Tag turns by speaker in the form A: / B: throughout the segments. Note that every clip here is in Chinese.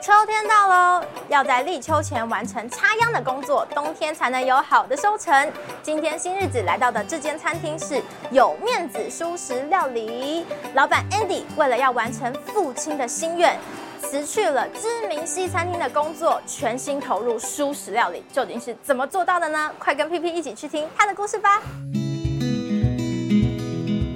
A: 秋天到喽，要在立秋前完成插秧的工作，冬天才能有好的收成。今天新日子来到的这间餐厅是有面子素食料理，老板 Andy 为了要完成父亲的心愿，辞去了知名西餐厅的工作，全心投入素食料理，究竟是怎么做到的呢？快跟 P P 一起去听他的故事吧。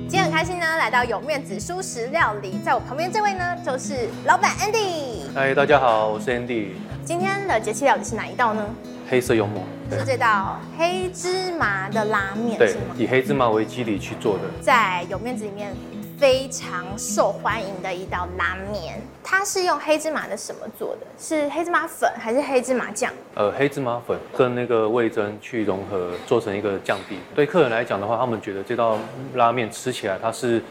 A: 今天很开心呢，来到有面子素食料理，在我旁边这位呢就是老板 Andy。
B: 嗨，哎大家好，我是 Andy，
A: 今天的节气料理是哪一道呢？
B: 黑色幽默。对
A: 是这道黑芝麻的拉面
B: 对
A: 是吗，？
B: 以黑芝麻为基底去做的。
A: 在有面子里面非常受欢迎的一道拉面，它是用黑芝麻的什么做的？是黑芝麻粉还是黑芝麻酱？
B: 呃，黑芝麻粉跟那个味增去融合，做成一个酱底。对客人来讲的话，他们觉得这道拉面吃起来它是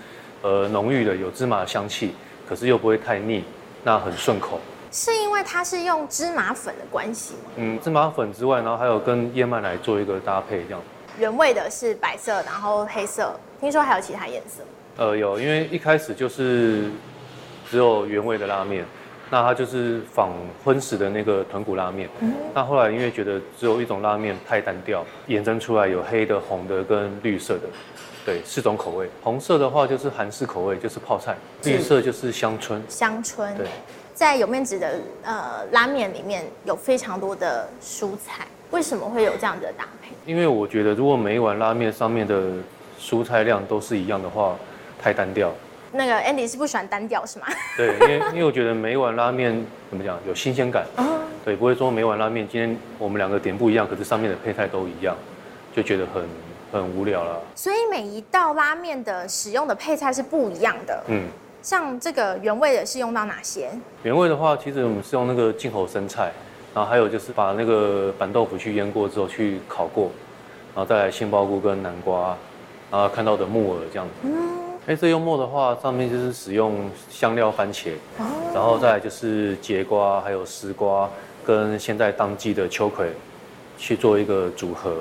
B: 呃浓郁的，有芝麻的香气，可是又不会太腻，那很顺口。
A: 是因为它是用芝麻粉的关系吗？
B: 嗯，芝麻粉之外，然后还有跟燕麦奶做一个搭配，这样。
A: 原味的是白色，然后黑色，听说还有其他颜色。
B: 呃，有，因为一开始就是只有原味的拉面，那它就是仿荤食的那个豚骨拉面。那后来因为觉得只有一种拉面太单调，衍生出来有黑的、红的跟绿色的，对，四种口味。红色的话就是韩式口味，就是泡菜；绿色就是香椿。
A: 香椿
B: 对，
A: 在有面子的呃拉面里面有非常多的蔬菜，为什么会有这样的搭配？
B: 因为我觉得如果每一碗拉面上面的蔬菜量都是一样的话，太单调。
A: 那个 Andy 是不喜欢单调是吗？
B: 对，因为因为我觉得每一碗拉面怎么讲有新鲜感，对，不会说每碗拉面今天我们两个点不一样，可是上面的配菜都一样，就觉得很很无聊了。
A: 所以每一道拉面的使用的配菜是不一样的。
B: 嗯，
A: 像这个原味的是用到哪些？
B: 原味的话，其实我们是用那个进口生菜，然后还有就是把那个板豆腐去腌过之后去烤过，然后再来杏鲍菇跟南瓜，然后看到的木耳这样子。哎黑色幽默的话，上面就是使用香料番茄，然后再来就是节瓜，还有丝瓜跟现在当季的秋葵去做一个组合，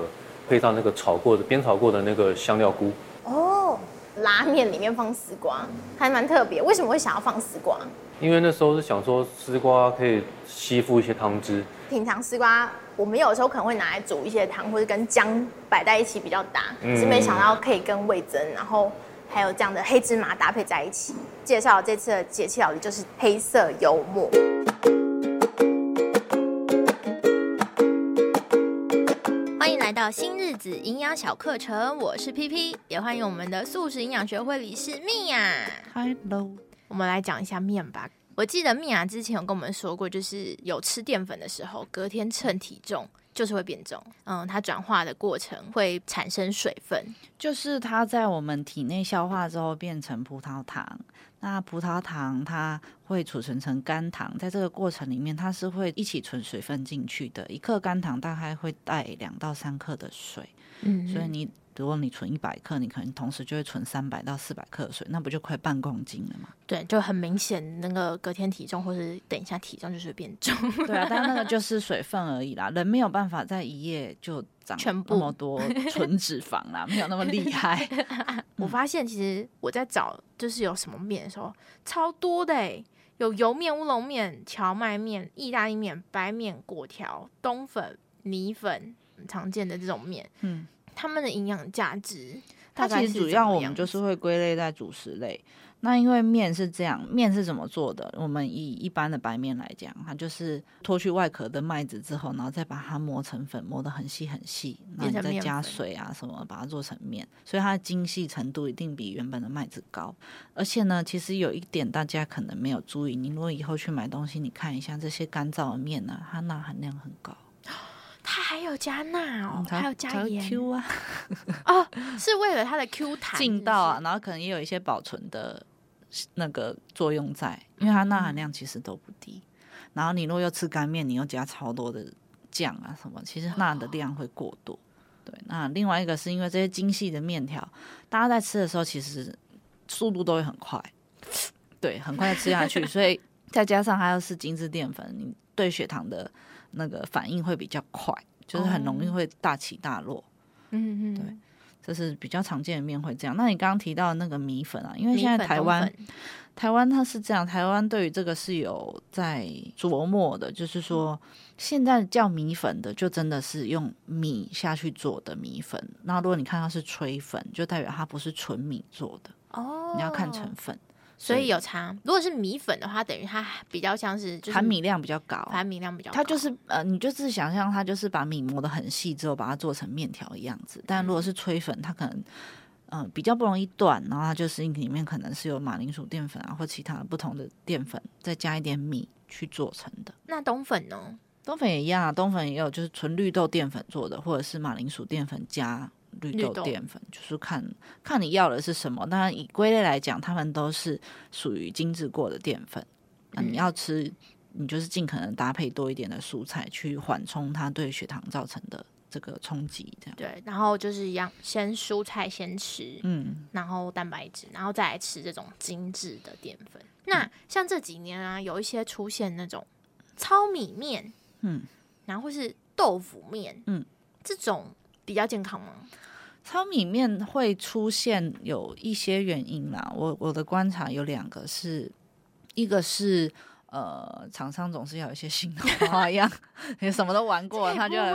B: 配上那个炒过的煸炒过的那个香料菇。
A: 哦，拉面里面放丝瓜，还蛮特别。为什么会想要放丝瓜？
B: 因为那时候是想说丝瓜可以吸附一些汤汁，
A: 平常丝瓜我们有时候可能会拿来煮一些汤，或者跟姜摆在一起比较搭。
B: 嗯
A: 是没想到可以跟味增，然后还有这样的黑芝麻搭配在一起。介绍这次的节气料理就是黑色幽默。
C: 欢迎来到新日子营养小课程，我是 P P，也欢迎我们的素食营养学会理事蜜雅。
D: Hello，
C: 我们来讲一下面吧。我记得蜜雅之前有跟我们说过，就是有吃淀粉的时候，隔天称体重就是会变重。嗯，它转化的过程会产生水分。
D: 就是它在我们体内消化之后变成葡萄糖。那葡萄糖它会储存成肝糖，在这个过程里面，它是会一起存水分进去的。一克肝糖大概会带两到三克的水，
C: 嗯
D: 所以你如果你存一百克，你可能同时就会存三百到四百克的水，那不就快半公斤 了吗？
C: 对，就很明显，那个隔天体重或是等一下体重就是会变重。
D: 对啊，但那个就是水分而已啦，人没有办法在一夜就长
C: 全部
D: 那么多纯脂肪啦，没有那么 厉害。 嗯
C: 我发现其实我在找就是有什么面的时候，超多的欸有油面、乌龙面、荞麦面、意大利面、白面、果条、冬粉、米粉，很常见的这种面，
D: 嗯，
C: 它们的营养价值
D: 它
C: 大概
D: 其
C: 是
D: 实
C: 怎么样子，
D: 主要我们就是会归类在主食类。那因为面是这样，面是怎么做的？我们以一般的白面来讲，它就是脱去外壳的麦子之后，然后再把它磨成粉，磨得很细很细，然后
C: 变
D: 你
C: 成
D: 再
C: 面
D: 加
C: 粉
D: 水啊什么，把它做成面。所以它的精细程度一定比原本的麦子高。而且呢，其实有一点大家可能没有注意，你如果以后去买东西，你看一下这些干燥的面呢、它钠含量很高，
C: 它还有加钠哦，
D: 才
C: 还有
D: 才
C: 加
D: 会
C: 盐
D: Q 啊，
C: 哦，是为了它的 Q 弹是
D: 劲
C: 不
D: 道啊，
C: 是，
D: 然后可能也有一些保存的那个作用在，因为它钠含量其实都不低。然后你如果又吃干面，你又加超多的酱啊什么，其实钠的量会过多。对，那另外一个是因为这些精细的面条，大家在吃的时候其实速度都会很快，对，很快就吃下去，所以再加上它又是精致淀粉，你对血糖的那个反应会比较快，就是很容易会大起大落。
C: 嗯嗯，
D: 对这是比较常见的面会这样。那你刚刚提到的那个米粉啊，因为
C: 米
D: 现在
C: 粉
D: 台
C: 冬
D: 湾
C: 粉
D: 台湾它是这样，台湾对于这个是有在琢磨的，就是说
C: 嗯
D: 现在叫米粉的，就真的是用米下去做的米粉。那如果你看它是吹粉，就代表它不是纯米做的，
C: 哦，
D: 你要看成分，
C: 所以有差。如果是米粉的话，等于它比较像是就是
D: 含米量比较高。
C: 含米量比较高，
D: 它就是呃，你就是想象它就是把米磨得很细之后，把它做成面条的样子。但
C: 嗯
D: 如果是吹粉，它可能嗯、呃比较不容易断，然后它就是里面可能是有马铃薯淀粉啊或其他的不同的淀粉，再加一点米去做成的。
C: 那冬粉呢？
D: 冬粉也一样啊，冬粉也有就是纯绿豆淀粉做的，或者是马铃薯淀粉加绿
C: 绿
D: 豆
C: 豆
D: 淀粉，就是看看你要的是什么。当然，以归类来讲，它们都是属于精致过的淀粉。那
C: 嗯
D: 你要吃，你就是尽可能搭配多一点的蔬菜，去缓冲它对血糖造成的这个冲击。这样，
C: 对，然后就是一样，先蔬菜先吃，
D: 嗯，
C: 然后蛋白质，然后再来吃这种精致的淀
D: 嗯
C: 粉。那像这几年啊，有一些出现那种糙米面，
D: 嗯，
C: 然后或是豆腐面，
D: 嗯，
C: 这种比较健康吗？
D: 糙米面会出现有一些原因啦。我我的观察有两个是，一个是呃，厂商总是要有一些新的花样， 你什么都玩过，
C: 这
D: 他
C: 可以
D: 就
C: 播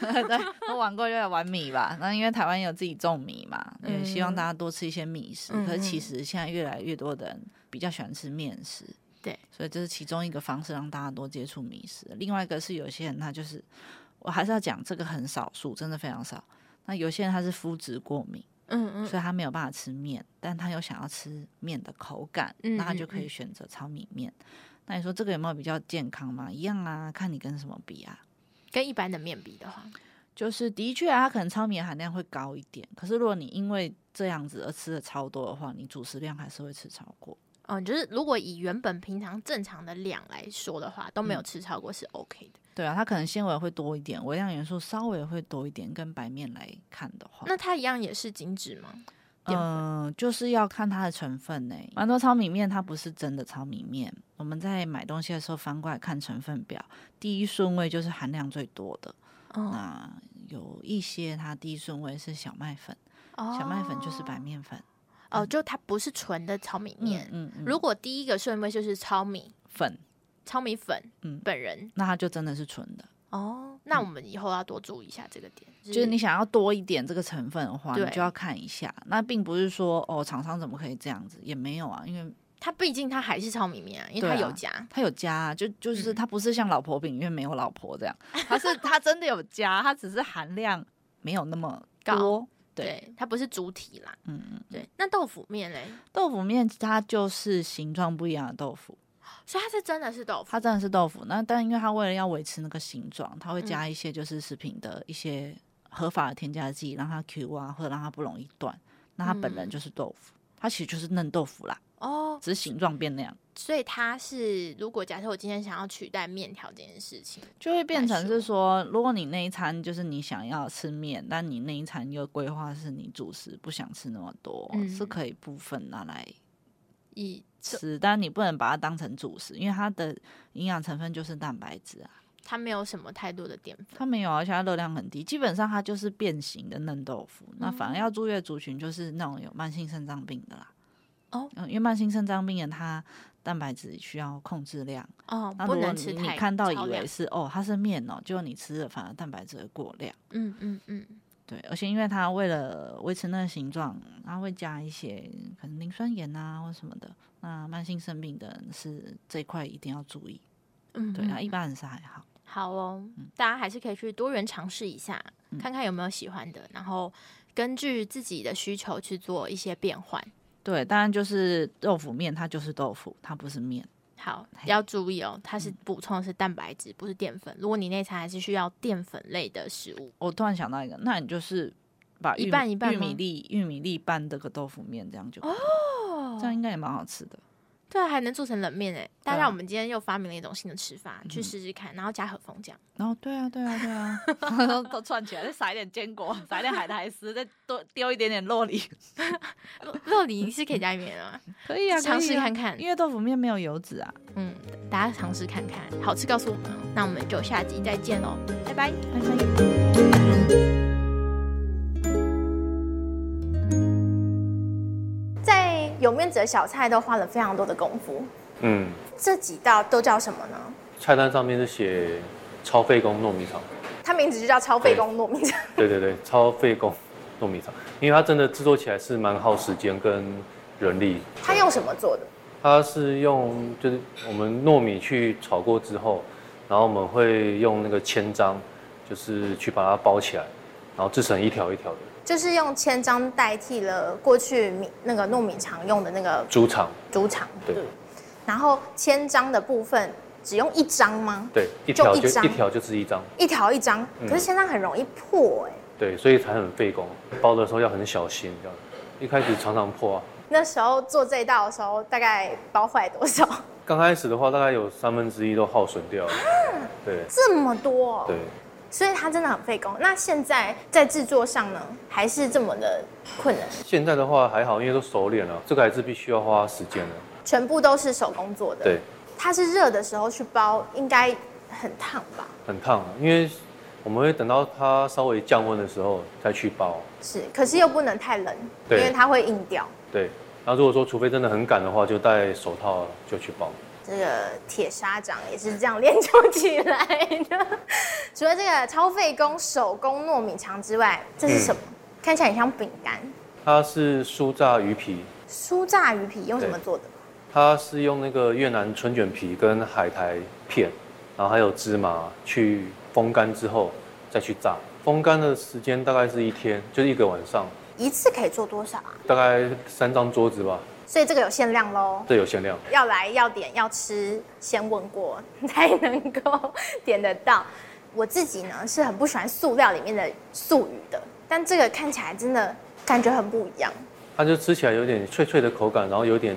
C: 吗
D: 来 对都玩过就来玩米吧。那因为台湾有自己种米嘛，也希望
C: 嗯
D: 大家多吃一些米食。
C: 嗯
D: 可是
C: 嗯
D: 其实现在越来越多的人比较喜欢吃面食。
C: 对，
D: 所以这是其中一个方式，让大家多接触米食。另外一个是有些人他就是，我还是要讲这个很少数，真的非常少。那有些人他是肤质过敏，
C: 嗯嗯，
D: 所以他没有办法吃面，但他又想要吃面的口感，
C: 嗯
D: 那他
C: 嗯
D: 就可以
C: 嗯
D: 选择糙米面。那你说这个有没有比较健康吗？一样啊，看你跟什么比啊。
C: 跟一般的面比的话，
D: 就是的确啊，它可能糙米的含量会高一点，可是如果你因为这样子而吃的超多的话，你主食量还是会吃超过。
C: 嗯，就是如果以原本平常正常的量来说的话，都没有
D: 嗯
C: 吃超过是 OK 的。
D: 对啊，它可能纤维会多一点，微量元素稍微会多一点，跟白面来看的话，
C: 那它一样也是精致吗？淀粉
D: 嗯、就是要看它的成分呢、蛮多糙米面它不是真的糙米面，我们在买东西的时候翻过来看成分表，第一顺位就是含量最多的。
C: 嗯，
D: 那有一些它第一顺位是小麦粉，
C: 小
D: 小麦粉就是白面粉。
C: 哦，就它不是纯的糙米面。
D: 嗯嗯，
C: 如果第一个顺位就是糙米，
D: 粉，
C: 糙米粉，
D: 嗯
C: 本人
D: 那它就真的是纯的。
C: 哦，那我们以后要多注意一下这个点，就
D: 嗯就是你想要多一点这个成分的话，你
C: 嗯对
D: 就要看一下。那并不是说哦，厂商怎么可以这样子，也没有啊，因为
C: 它毕竟它还是糙米面啊，因为它
D: 对啊
C: 有加，
D: 它有加、啊，就就是
C: 嗯
D: 它不是像老婆饼，因为没有老婆这样，它是它真的有加，它只是含量没有那么多。对
C: 对，它不是主体啦。
D: 嗯，嗯
C: 对，那豆腐面嘞，
D: 豆腐面它就是形状不一样的豆腐，
C: 所以它是真的是豆腐
D: 它真的是豆腐。那但因为它为了要维持那个形状，它会加一些就是食品的一些合法的添加剂，让它 Q 啊，或者让它不容易断。那它本人
C: 嗯
D: 就是豆腐，它其实就是嫩豆腐啦。
C: 哦，
D: 只是形状变那样，
C: 所以它是如果假设我今天想要取代面条这件事情，
D: 就会变成
C: 来
D: 是说，如果你那一餐就是你想要吃面，但你那一餐又规划是你主食不想吃那么多，
C: 嗯
D: 是可以部分拿来
C: 以
D: 吃，但你不能把它当成主食，因为它的营养成分就是蛋白质啊，
C: 它没有什么太多的淀粉。
D: 它没有啊，而且它热量很低，基本上它就是变形的嫩豆腐。那反而要住院族群就是那种有慢性肾脏病的啦。
C: 哦
D: 嗯，因为慢性肾脏病人他蛋白质需要控制量。
C: 哦，
D: 那
C: 不
D: 如果
C: 能
D: 你
C: 吃
D: 你
C: 太
D: 看到
C: 超
D: 以为
C: 量
D: 是哦，它是面哦，结果你吃了反而蛋白质会过量。
C: 嗯嗯嗯，
D: 对，而且因为它为了维持那个形状，它会加一些可能磷酸盐啊或什么的。那慢性肾病的人是这一块一定要注意。
C: 嗯，
D: 对，啊那
C: 嗯
D: 一般人是还好。
C: 好哦，大家还是可以去多元尝试一下，看看有没有喜欢的，然后根据自己的需求去做一些变换。
D: 对，当然就是豆腐面，它就是豆腐，它不是面。
C: 好，
D: 嘿
C: 要注意哦，它是补充的是蛋白质，不是淀粉。如果你那餐还是需要淀粉类的食物，
D: 我突然想到一个，那你就是把
C: 一
D: 玉米
C: 半一半
D: 玉
C: 吗
D: 米粒玉米粒拌这个豆腐面，这样就可以了这样应该也蛮好吃的。
C: 对啊，还能做成冷面嗯哎！大
D: 对
C: 家
D: 啊
C: 我们今天又发明了一种新的吃法，去试试看，然后加和风酱。
D: 然后对啊，对啊，对 啊，都都串起来，再撒一点坚果，撒一点海苔丝，再多丢一点点洛梨，
C: 肉泥是可以加里面的 吗？
D: 可 以啊，可
C: 尝试
D: 以啊
C: 看看
D: 因为豆腐面没有油脂啊。
C: 嗯，大家尝试看看，好吃告诉我们 哦。那我们就下集再见喽，拜拜。
D: 拜拜。
A: 有面子的小菜都花了非常多的功夫。
B: 嗯，
A: 这几道都叫什么呢？
B: 菜单上面是写超费工糯米肠，
A: 它名字就叫超费工糯米肠。
B: 对对对，超费工糯米肠，因为它真的制作起来是蛮耗时间跟人力。
A: 它用什么做的？
B: 它是用就是我们糯米去炒过之后，然后我们会用那个千张，就是去把它包起来，然后制成一条一条的
A: 就是用千张代替了过去米那个糯米肠用的那个
B: 猪肠，
A: 猪肠。
B: 对
A: 然后千张的部分只用一张吗？
B: 对，一
A: 就
B: 条
A: 一
B: 就
A: 张
B: 一条就是一张，
A: 一条一张，
B: 嗯
A: 可是千张很容易破哎、
B: 对，所以才很费工，包的时候要很小心这样，一开始常常破啊。
A: 那时候做这道的时候，大概包坏多少？
B: 刚开始的话，大概有三分之一都耗损掉了。对
A: 这么多、哦，
B: 对，
A: 所以它真的很费工。那现在在制作上呢，还是这么的困难，
B: 现在的话还好，因为都熟练了，这个还是必须要花时间的。
A: 全部都是手工做的。
B: 对，，
A: 它是热的时候去包，应该很烫吧？
B: 很烫啊，因为我们会等到它稍微降温的时候再去包。
A: 是，可是又不能太冷，因
B: 对
A: 为它会硬掉。
B: 对，那如果说除非真的很赶的话，就戴手套就去包。
A: 这个铁砂掌也是这样练就起来的。 除了这个超费工手工糯米肠之外，这
B: 嗯
A: 是什么？看起来很像饼干，
B: 它是酥炸鱼皮，
A: 酥炸鱼皮用什么做的？
B: 它是用那个越南春卷皮跟海苔片，然后还有芝麻去风干之后再去炸。风干的时间大概是一天，就是一个晚上，
A: 一次可以做多少啊？
B: 大概三张桌子吧，
A: 所以这个有限量喽。
B: 这有限量。
A: 要来要点要吃，先问过 才能够点得到。我自己呢是很不喜欢塑料里面的素鱼的，但这个看起来真的感觉很不一样，
B: 它就吃起来有点脆脆的口感，然后有点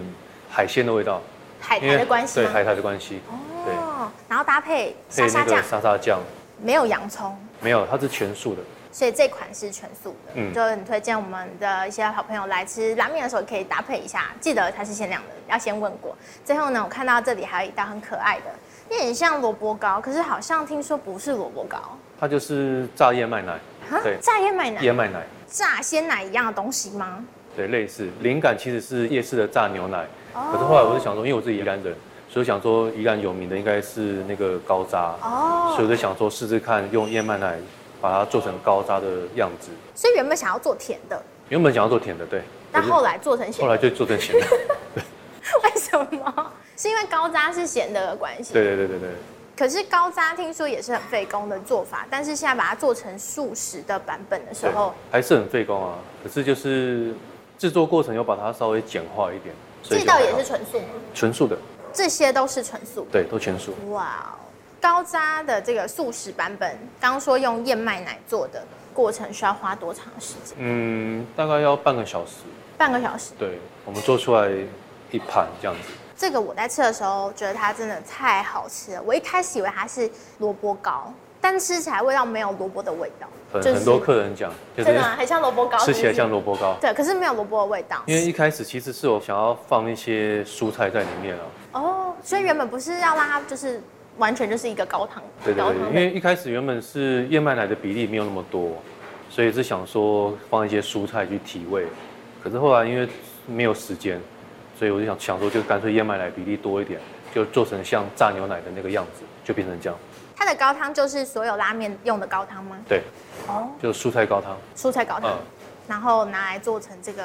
B: 海鲜的味道，
A: 哎海苔的关系
B: 对
A: 吗？
B: 海苔的关系，对，
A: 哦，然后搭配沙
B: 配
A: 沙
B: 那
A: 酱
B: 个，沙沙酱，
A: 没有洋葱，
B: 没有，它是全素的，
A: 所以这款是全素的，
B: 嗯
A: 就很推荐我们的一些好朋友来吃拉面的时候可以搭配一下，记得它是限量的，要先问过。最后呢，我看到这里还有一道很可爱的，有点像萝卜糕，可是好像听说不是萝卜糕，
B: 它就是炸燕麦奶，
A: 啊
B: 对，
A: 炸燕麦奶、
B: 燕麦奶，
A: 炸鲜奶一样的东西吗？
B: 对，类似。灵感其实是夜市的炸牛奶，
A: 哦
B: 可是后来我就想说，因为我是宜兰人，所以想说宜兰有名的应该是那个高渣，所
A: 哦，
B: 以我就想说试试看用燕麦奶把它做成高渣的样子。
A: 所以原本想要做甜的，
B: 原本想要做甜的，对，
A: 但
B: 可是
A: 后来做成咸
B: 后
A: 的，
B: 来就做成咸的。
A: 为什么？是因为高渣是咸的的关系。
B: 对对对对对。
A: 可是高渣听说也是很费工的做法，但是现在把它做成素食的版本的时
B: 对，
A: 候，
B: 还是很费工啊。可是就是制作过程有把它稍微简化一点，所以
A: 这
B: 就
A: 道
B: 还
A: 也
B: 好
A: 是纯素吗？
B: 纯素的，
A: 这些都是纯素。
B: 对，都全素。
A: 哇哦，高渣的这个素食版本，刚刚说用燕麦奶做的，过程需要花多长时间？
B: 嗯，大概要半个小时。
A: 半个小时。
B: 对，我们做出来一盘这样子。
A: 这个我在吃的时候觉得它真的太好吃了，我一开始以为它是萝卜糕，但吃起来味道没有萝卜的味道，
B: 很、很多客人讲，就是
A: 真的啊很像萝卜糕，
B: 吃起来
A: 是不
B: 像
A: 是
B: 萝卜糕。
A: 对，可是没有萝卜的味道。
B: 因为一开始其实是我想要放一些蔬菜在里面啊，
A: 哦，所以原本不是要让它就是完全就是一个高汤，
B: 对对
A: 高
B: 对，
A: 汤
B: 因
A: 的
B: 为一开始原本是燕麦奶的比例没有那么多，所以是想说放一些蔬菜去提味，可是后来因为没有时间，所以我就想想说就干脆燕麦奶比例多一点，就做成像榨牛奶的那个样子，就变成这样，
A: 它的高汤就是所有拉面用的高汤吗？
B: 对，
A: 哦，
B: 就蔬菜高汤，
A: 蔬菜高汤，
B: 嗯，
A: 然后拿来做成这个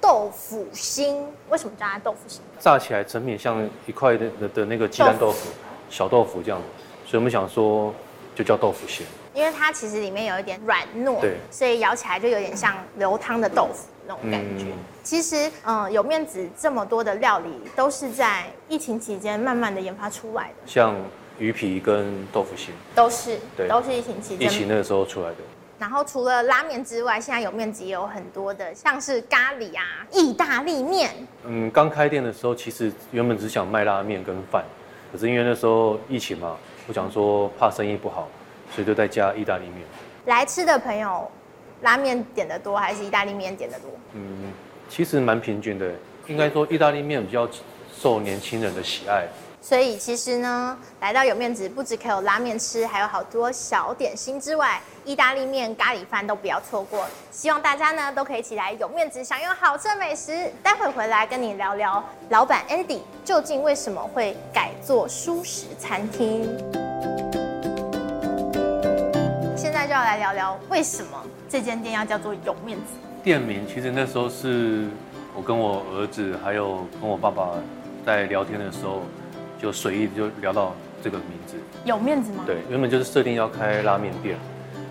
A: 豆腐心。为什么叫它豆腐心？
B: 炸起来成品像一块的的的那个鸡蛋豆腐，小豆腐这样子，所以我们想说就叫豆腐馅，
A: 因为它其实里面有一点软糯，
B: 对
A: 所以咬起来就有点像流汤的豆腐那种感觉。
B: 嗯
A: 其实，嗯，有面子这么多的料理都是在疫情期间慢慢的研发出来的，
B: 像鱼皮跟豆腐馅，
A: 都是，
B: 对
A: 都是疫情期
B: 一起
A: 间。
B: 那个时候出来的，
A: 然后除了拉面之外，现在有面子也有很多的，像是咖喱啊、意大利面，
B: 嗯，刚开店的时候，其实原本只想卖拉面跟饭，可是因为那时候疫情嘛，我想说怕生意不好，所以就在加意大利面。
A: 来吃的朋友，拉面点的多还是意大利面点的多？
B: 嗯，其实蛮平均的，应该说意大利面比较受年轻人的喜爱。
A: 所以其实呢，来到有面子，不只可以有拉面吃，还有好多小点心之外，意大利面、咖喱饭都不要错过。希望大家呢都可以起来有面子，享用好吃美食。待会回来跟你聊聊老板 Andy 究竟为什么会改做舒适餐厅。现在就要来聊聊为什么这间店要叫做有面子。
B: 店名其实那时候是我跟我儿子还有跟我爸爸在聊天的时候，就随意就聊到这个名字。
A: 有面子吗？
B: 对，原本就是设定要开拉面店，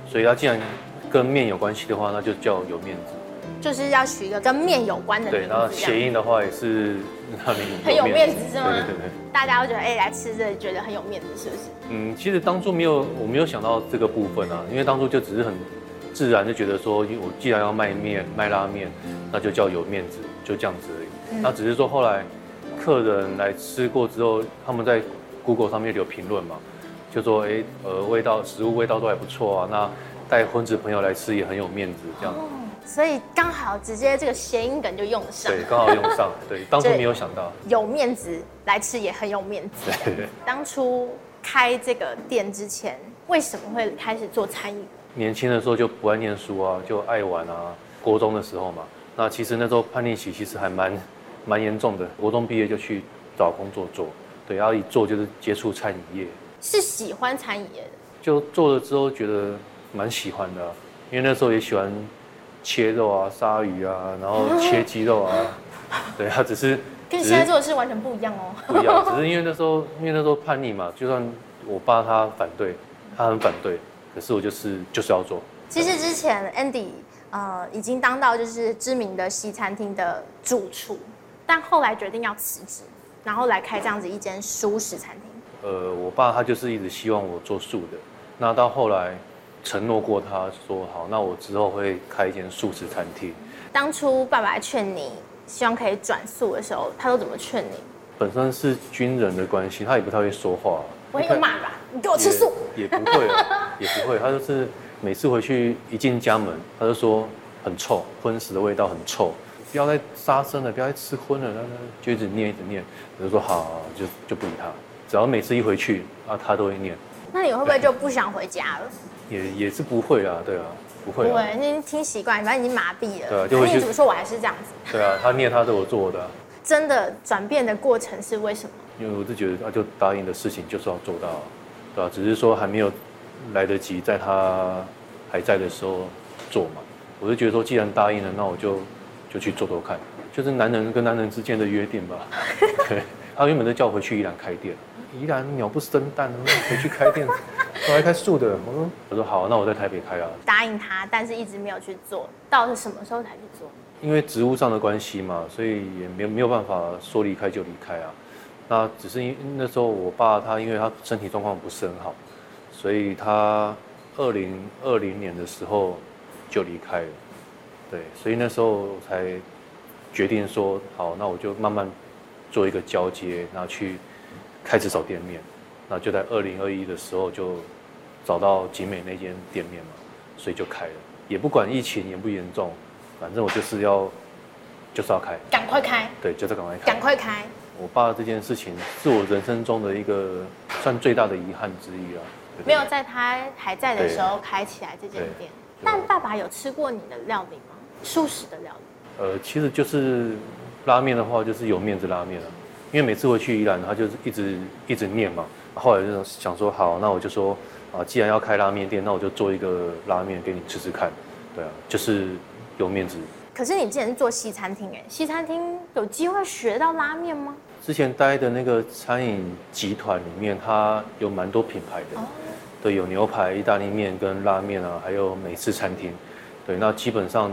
B: 所以它既然跟面有关系的话，那就叫有面子。
A: 就是要取一个跟面有关的名
B: 对，
A: 字，
B: 然后
A: 这样
B: 谐音的话也是让你
A: 很有面子是吗
B: 对对对对。
A: 大家都觉得哎、来吃这里觉得很有面子，是不是？
B: 嗯，其实当初没有，我没有想到这个部分啊，因为当初就只是很自然就觉得说，我既然要卖面卖拉面，那就叫有面子，就这样子而已。
A: 嗯
B: 那只是说后来客人来吃过之后，他们在 Google 上面有评论嘛，就说哎、呃，味道食物味道都还不错啊，那带婚子朋友来吃也很有面子，这
A: 哦
B: 样
A: 所以刚好直接这个谐音梗就用上，
B: 对，刚好用上，对，当初
A: 对
B: 没有想到，
A: 有面子来吃也很有面子。
B: 对对。
A: 当初开这个店之前，为什么会开始做餐饮？
B: 年轻的时候就不爱念书啊，就爱玩啊。国中的时候嘛，那其实那时候叛逆期其实还蛮蛮严重的。国中毕业就去找工作做，对，然后一做就是接触餐饮业，
A: 是喜欢餐饮业的，
B: 就做了之后觉得蛮喜欢的啊、因为那时候也喜欢切肉啊、鲨鱼啊，然后切鸡肉 啊，对啊，只是
A: 跟你
B: 只
A: 现在
B: 是
A: 做的事完全不一样哦。
B: 不一样，只是因为那时候因为那时候叛逆嘛，就算我爸他反对，他很反对，可是我就是就是要做。
A: 其实之前 Andy 呃已经当到就是知名的西餐厅的主厨，但后来决定要辞职，然后来开这样子一间舒适餐厅。
B: 呃，我爸他就是一直希望我做素的，那到后来承诺过他说好，那我之后会开一间素食餐厅。
A: 当初爸爸劝你希望可以转速的时候，他都怎么劝你？
B: 本身是军人的关系，他也不太会说话，
A: 我有骂吧，你给我吃素。
B: 也也不会 啊，也不会。他就是每次回去一进家门，他就说很臭，荤食的味道很臭，不要再杀生了，不要再吃荤了，那那就一直念一直念。我就说好好，好就就不理他。只要每次一回去啊，他都会念，
A: 那你会不会就不想回家了？
B: 也也是不会啦，对啊，不
A: 不
B: 会啊。
A: 会，你已经听习惯，反正已经麻痹了。
B: 对啊就回去
A: 那你怎么说我还是这样子？
B: 对啊，他念他的，我做我的啊、
A: 真的转变的过程是为什么？
B: 因为我就觉得啊，就答应的事情就是要做到啊，对吧、只是说还没有来得及在他还在的时候做嘛。我就觉得说，既然答应了，那我就就去做做看，就是男人跟男人之间的约定吧。 对，他原本就叫我回去宜兰开店，宜兰鸟不生蛋啊，回去开店，我还开素的。我说我说好啊，那我在台北开啊，
A: 答应他，但是一直没有去做，到底是什么时候才去做？
B: 因为职务上的关系嘛，所以也没有没有办法说离开就离开啊。那只是因那时候我爸他因为他身体状况不是很好，所以他二零二零年的时候就离开了。对，所以那时候我才决定说好，那我就慢慢做一个交接，然后去开始找店面。那就在二零二一的时候就找到景美那间店面嘛，所以就开了，也不管疫情严不严重，反正我就是要就是要开，
A: 赶快开，
B: 对，就是赶快开。
A: 赶快开！
B: 我爸这件事情是我人生中的一个算最大的遗憾之一啊。对
A: 没有在他还在的时候开起来这间
B: 对
A: 店。
B: 就
A: 但爸爸有吃过你的料理吗？素食的料理。
B: 呃，其实就是拉面的话，就是有面子拉面了、因为每次回去宜兰，他就是一直一直念嘛。后来就想说，好，那我就说啊，既然要开拉面店，那我就做一个拉面给你吃吃看。对啊，就是有面子。
A: 可是你之前是做西餐厅，哎，西餐厅有机会学到拉面吗？
B: 之前待的那个餐饮集团里面，它有蛮多品牌
A: 哦
B: 的，对，有牛排、意大利面跟拉面啊，还有美式餐厅。对，那基本上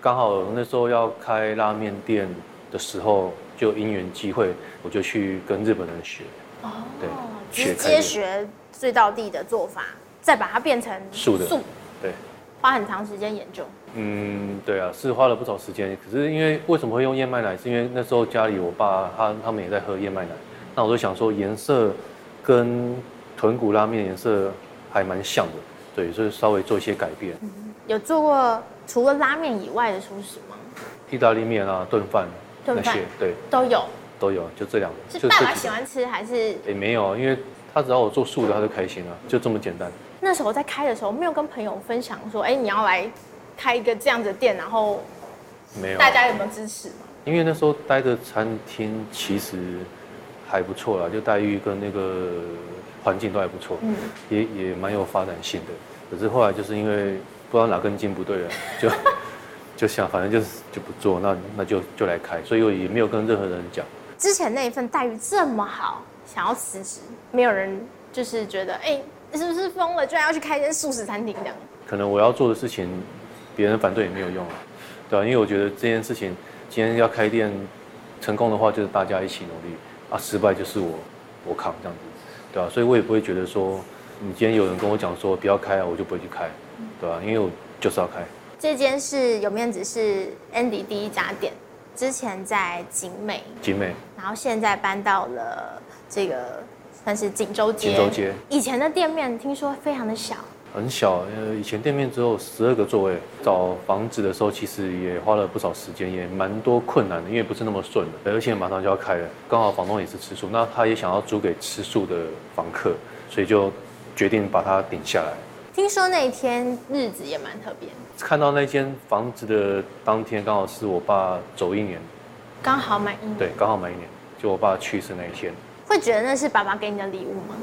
B: 刚好那时候要开拉面店的时候，就因缘机会，我就去跟日本人学，
A: 哦，
B: 对
A: 直
B: 学开
A: 接
B: 店
A: 学最道地的做法，再把它变成
B: 素的对。
A: 花很长时间研究。
B: 嗯，对啊，是花了不少时间。可是因为为什么会用燕麦奶，是因为那时候家里我爸他他们也在喝燕麦奶，那我就想说颜色跟豚骨拉面颜色还蛮像的，对，所以稍微做一些改变。
A: 嗯有做过除了拉面以外的素食吗？
B: 意大利面啊，炖饭
A: 炖
B: 那
A: 饭
B: 些，对
A: 都有。
B: 都有，就这两个。
A: 是
B: 就
A: 爸
B: 这
A: 爸
B: 几
A: 喜
B: 个
A: 欢吃还是
B: 也没有，因为他只要我做素的，他就开心了，就这么简单。
A: 那时候在开的时候没有跟朋友分享说，哎、你要来开一个这样子的店，然后
B: 没有，
A: 大家有没有支持？
B: 因为那时候待的餐厅其实还不错啦，就待遇跟那个环境都还不错，
A: 嗯，
B: 也也蛮有发展性的。可是后来就是因为不知道哪根筋不对了，就 就想反正就是就不做，那那就就来开，所以我也没有跟任何人讲。
A: 之前那一份待遇这么好，想要辞职，没有人就是觉得，哎、是不是疯了，居然要去开一间素食餐厅这样？
B: 可能我要做的事情，别人反对也没有用啊，对吧、因为我觉得这件事情，今天要开店成功的话，就是大家一起努力啊，失败就是我我扛这样子，对吧、所以我也不会觉得说，你今天有人跟我讲说不要开啊，我就不会去开，对吧、因为我就是要开。
A: 这间是有面子，是 Andy 第一家店，之前在景美，
B: 景美，
A: 然后现在搬到了这个算是锦州街。
B: 锦州街
A: 以前的店面听说非常的小，
B: 很小，呃，以前店面只有十二个座位。找房子的时候，其实也花了不少时间，也蛮多困难的，因为不是那么顺的。而且马上就要开了，刚好房东也是吃素，那他也想要租给吃素的房客，所以就决定把它顶下来。
A: 听说那一天日子也蛮特别的，
B: 看到那间房子的当天，刚好是我爸走一年，
A: 刚好满意。
B: 对，，刚好满一年，就我爸去世那一天。
A: 会觉得那是爸爸给你的礼物吗？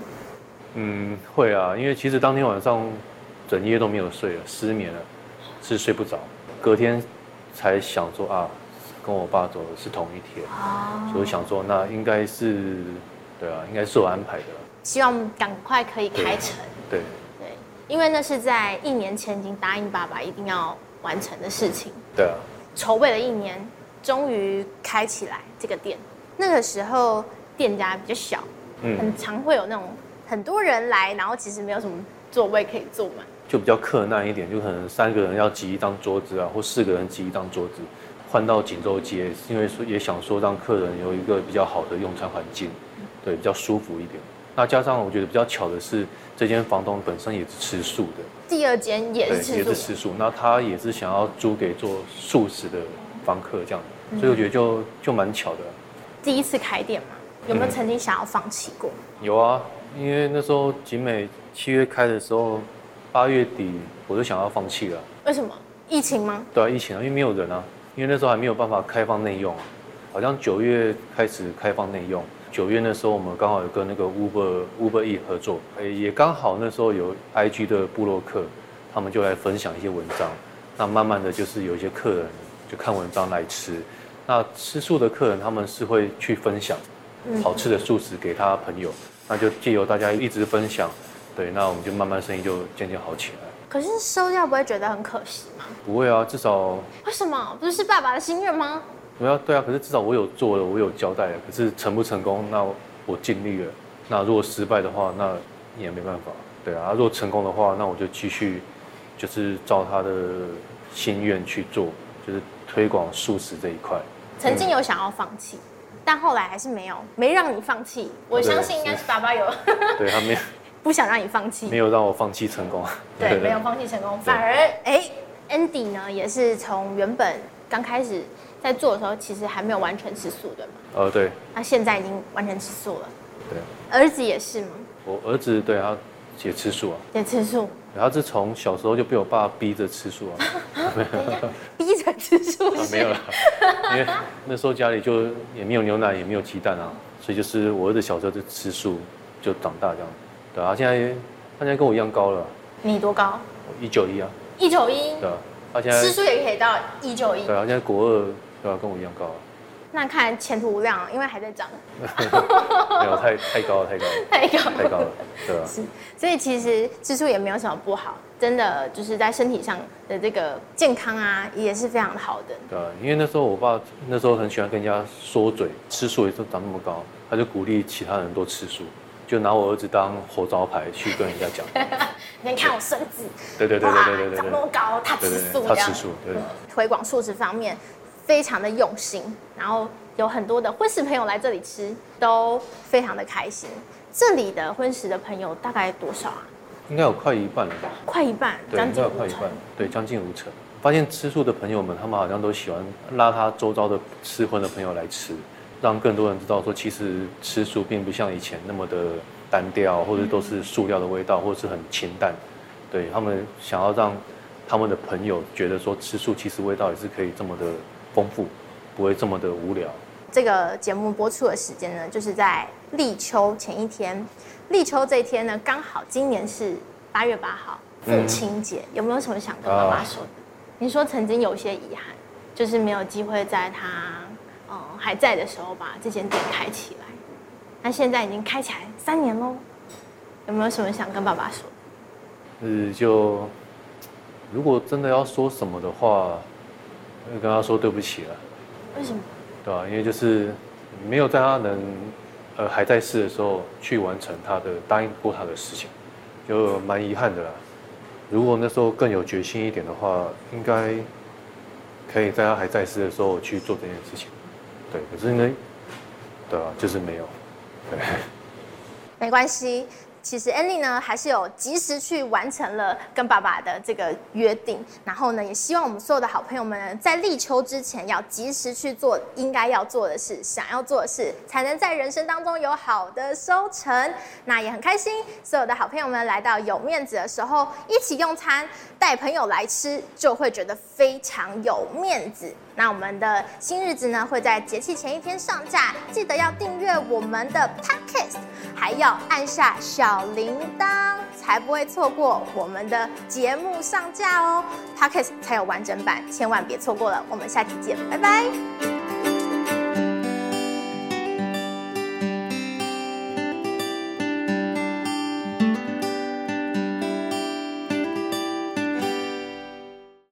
B: 嗯，会啊，因为其实当天晚上整夜都没有睡了，失眠了，是睡不着。隔天才想说啊，跟我爸走的是同一天，
A: 哦
B: 所以我想说那应该是，对啊，应该是我安排的啦，
A: 希望赶快可以开成。
B: 对，
A: 对，因为那是在一年前已经答应爸爸一定要完成的事情，
B: 对啊。
A: 筹备了一年，终于开起来这个店。那个时候店家比较小，
B: 嗯
A: 很，常会有那种很多人来，然后其实没有什么座位可以坐满。
B: 就比较克难一点，就可能三个人要挤一张桌子啊，或四个人挤一张桌子，换到锦州街，因为说也想说让客人有一个比较好的用餐环境，对，比较舒服一点。那加上我觉得比较巧的是，这间房东本身也是吃素的，
A: 第二间也
B: 对，
A: 是
B: 也
A: 吃
B: 是
A: 素，
B: 吃素。那他也是想要租给做素食的房客这样，
A: 嗯
B: 所以我觉得就就蛮巧的。
A: 第一次开店嘛，有没有
B: 嗯
A: 曾经想要放弃过？
B: 有啊，因为那时候景美七月开的时候，八月底我就想要放弃了。
A: 为什么？疫情吗？
B: 对啊，疫情啊，因为没有人啊，因为那时候还没有办法开放内用啊，好像九月开始开放内用。九月那时候我们刚好有跟那个 Uber Uber E 合作，诶也刚好那时候有 IG 的部落客，他们就来分享一些文章。那慢慢的就是有一些客人就看文章来吃，那吃素的客人他们是会去分享好吃的素食给他朋友，那就借由大家一直分享，对，那我们就慢慢生意就渐渐好起来。
A: 可是收掉不会觉得很可惜吗？
B: 不会啊，至少
A: 为什么？不是爸爸的心愿吗？
B: 我要对啊，可是至少我有做了，我有交代了。啊可是成不成功，那我我尽力了。那如果失败的话，那也没办法。对啊，如果成功的话，那我就继续，就是照他的心愿去做，就是推广素食这一块。
A: 曾经有想要放弃，但后来还是没有，没让你放弃。我相信应该是爸爸有
B: 对他没
A: 不想让你放
B: 没
A: 弃，
B: 有让我放弃成功。
A: 对，没有放弃成功，反而哎、Andy 呢也是从原本刚开始在做的时候，其实还没有完全吃素，对吗？
B: 呃，对
A: 那现在已经完全吃素了，
B: 对，
A: 儿子也是吗？
B: 我儿子对他也吃素啊，
A: 也吃素，
B: 他是从小时候就被我爸逼着吃素啊。
A: 逼着吃素
B: 啊，
A: 是
B: 没有了，因为那时候家里就也没有牛奶，也没有鸡蛋啊，所以就是我儿子小时候就吃素，就长大这样。对啊，他现在他现在跟我一样高了，
A: 你多高？
B: 一九一啊，
A: 一九一，
B: 对啊，他现在
A: 吃素也可以到一九一
B: 对，啊，他现在国二，对啊，跟我一样高啊，
A: 那看来前途无量，啊因为还在长，
B: 没有太太高了，太高了，
A: 太高
B: 太高了，对啊，
A: 所以其实吃素也没有什么不好，真的就是在身体上的这个健康啊，也是非常好的。
B: 对啊，因为那时候我爸那时候很喜欢跟人家说嘴，吃素也是长那么高，他就鼓励其他人都吃素，就拿我儿子当活招牌去跟人家 讲，
A: 你看我孙子，
B: 对对对
A: 哇，
B: 对对对
A: 长
B: 对
A: 那么
B: 对。
A: 高，他吃
B: 对对
A: 素这
B: 对，他
A: 样嗯
B: 吃。素，对，
A: 推广素食方面非常的用心，然后有很多的婚食朋友来这里吃，都非常的开心。这里的婚食的朋友大概多少啊？
B: 应该有快一半了吧？
A: 快一半，
B: 对，
A: 将
B: 应该
A: 近
B: 有
A: 五
B: 快一
A: 成
B: 半。，对，将近五成。发现吃素的朋友们，他们好像都喜欢拉他周遭的吃荤的朋友来吃，让更多人知道说，其实吃素并不像以前那么的单调，或者都是塑料的味道，或者是很清淡。对他们想要让他们的朋友觉得说，吃素其实味道也是可以这么的丰富，不会这么的无聊。
A: 这个节目播出的时间呢，就是在立秋前一天。立秋这一天呢，刚好今年是八月八号，
B: 嗯
A: 父亲节，有没有什么想跟妈妈说的？你说曾经有些遗憾，就是没有机会在他嗯还在的时候把这间店开起来，那现在已经开起来三年喽，有没有什么想跟爸爸说的？
B: 是呃就如果真的要说什么的话，就跟他说对不起了。
A: 为什么？
B: 对啊，因为就是没有在他能呃还在世的时候去完成他的答应过他的事情，就蛮遗憾的啦。如果那时候更有决心一点的话，应该可以在他还在世的时候去做这件事情。对，可是呢，对啊，就是没有。对，
A: 没关系。其实 Annie 呢，还是有及时去完成了跟爸爸的这个约定，然后呢，也希望我们所有的好朋友们呢，在立秋之前要及时去做应该要做的事，想要做的事，才能在人生当中有好的收成。那也很开心，所有的好朋友们来到有面子的时候一起用餐，带朋友来吃，就会觉得非常有面子。那我们的新日子呢，会在节气前一天上架，记得要订阅我们的 Podcast，还要按下小铃铛，才不会错过我们的节目上架哦。Podcast 才有完整版，千万别错过了。我们下期见，拜拜。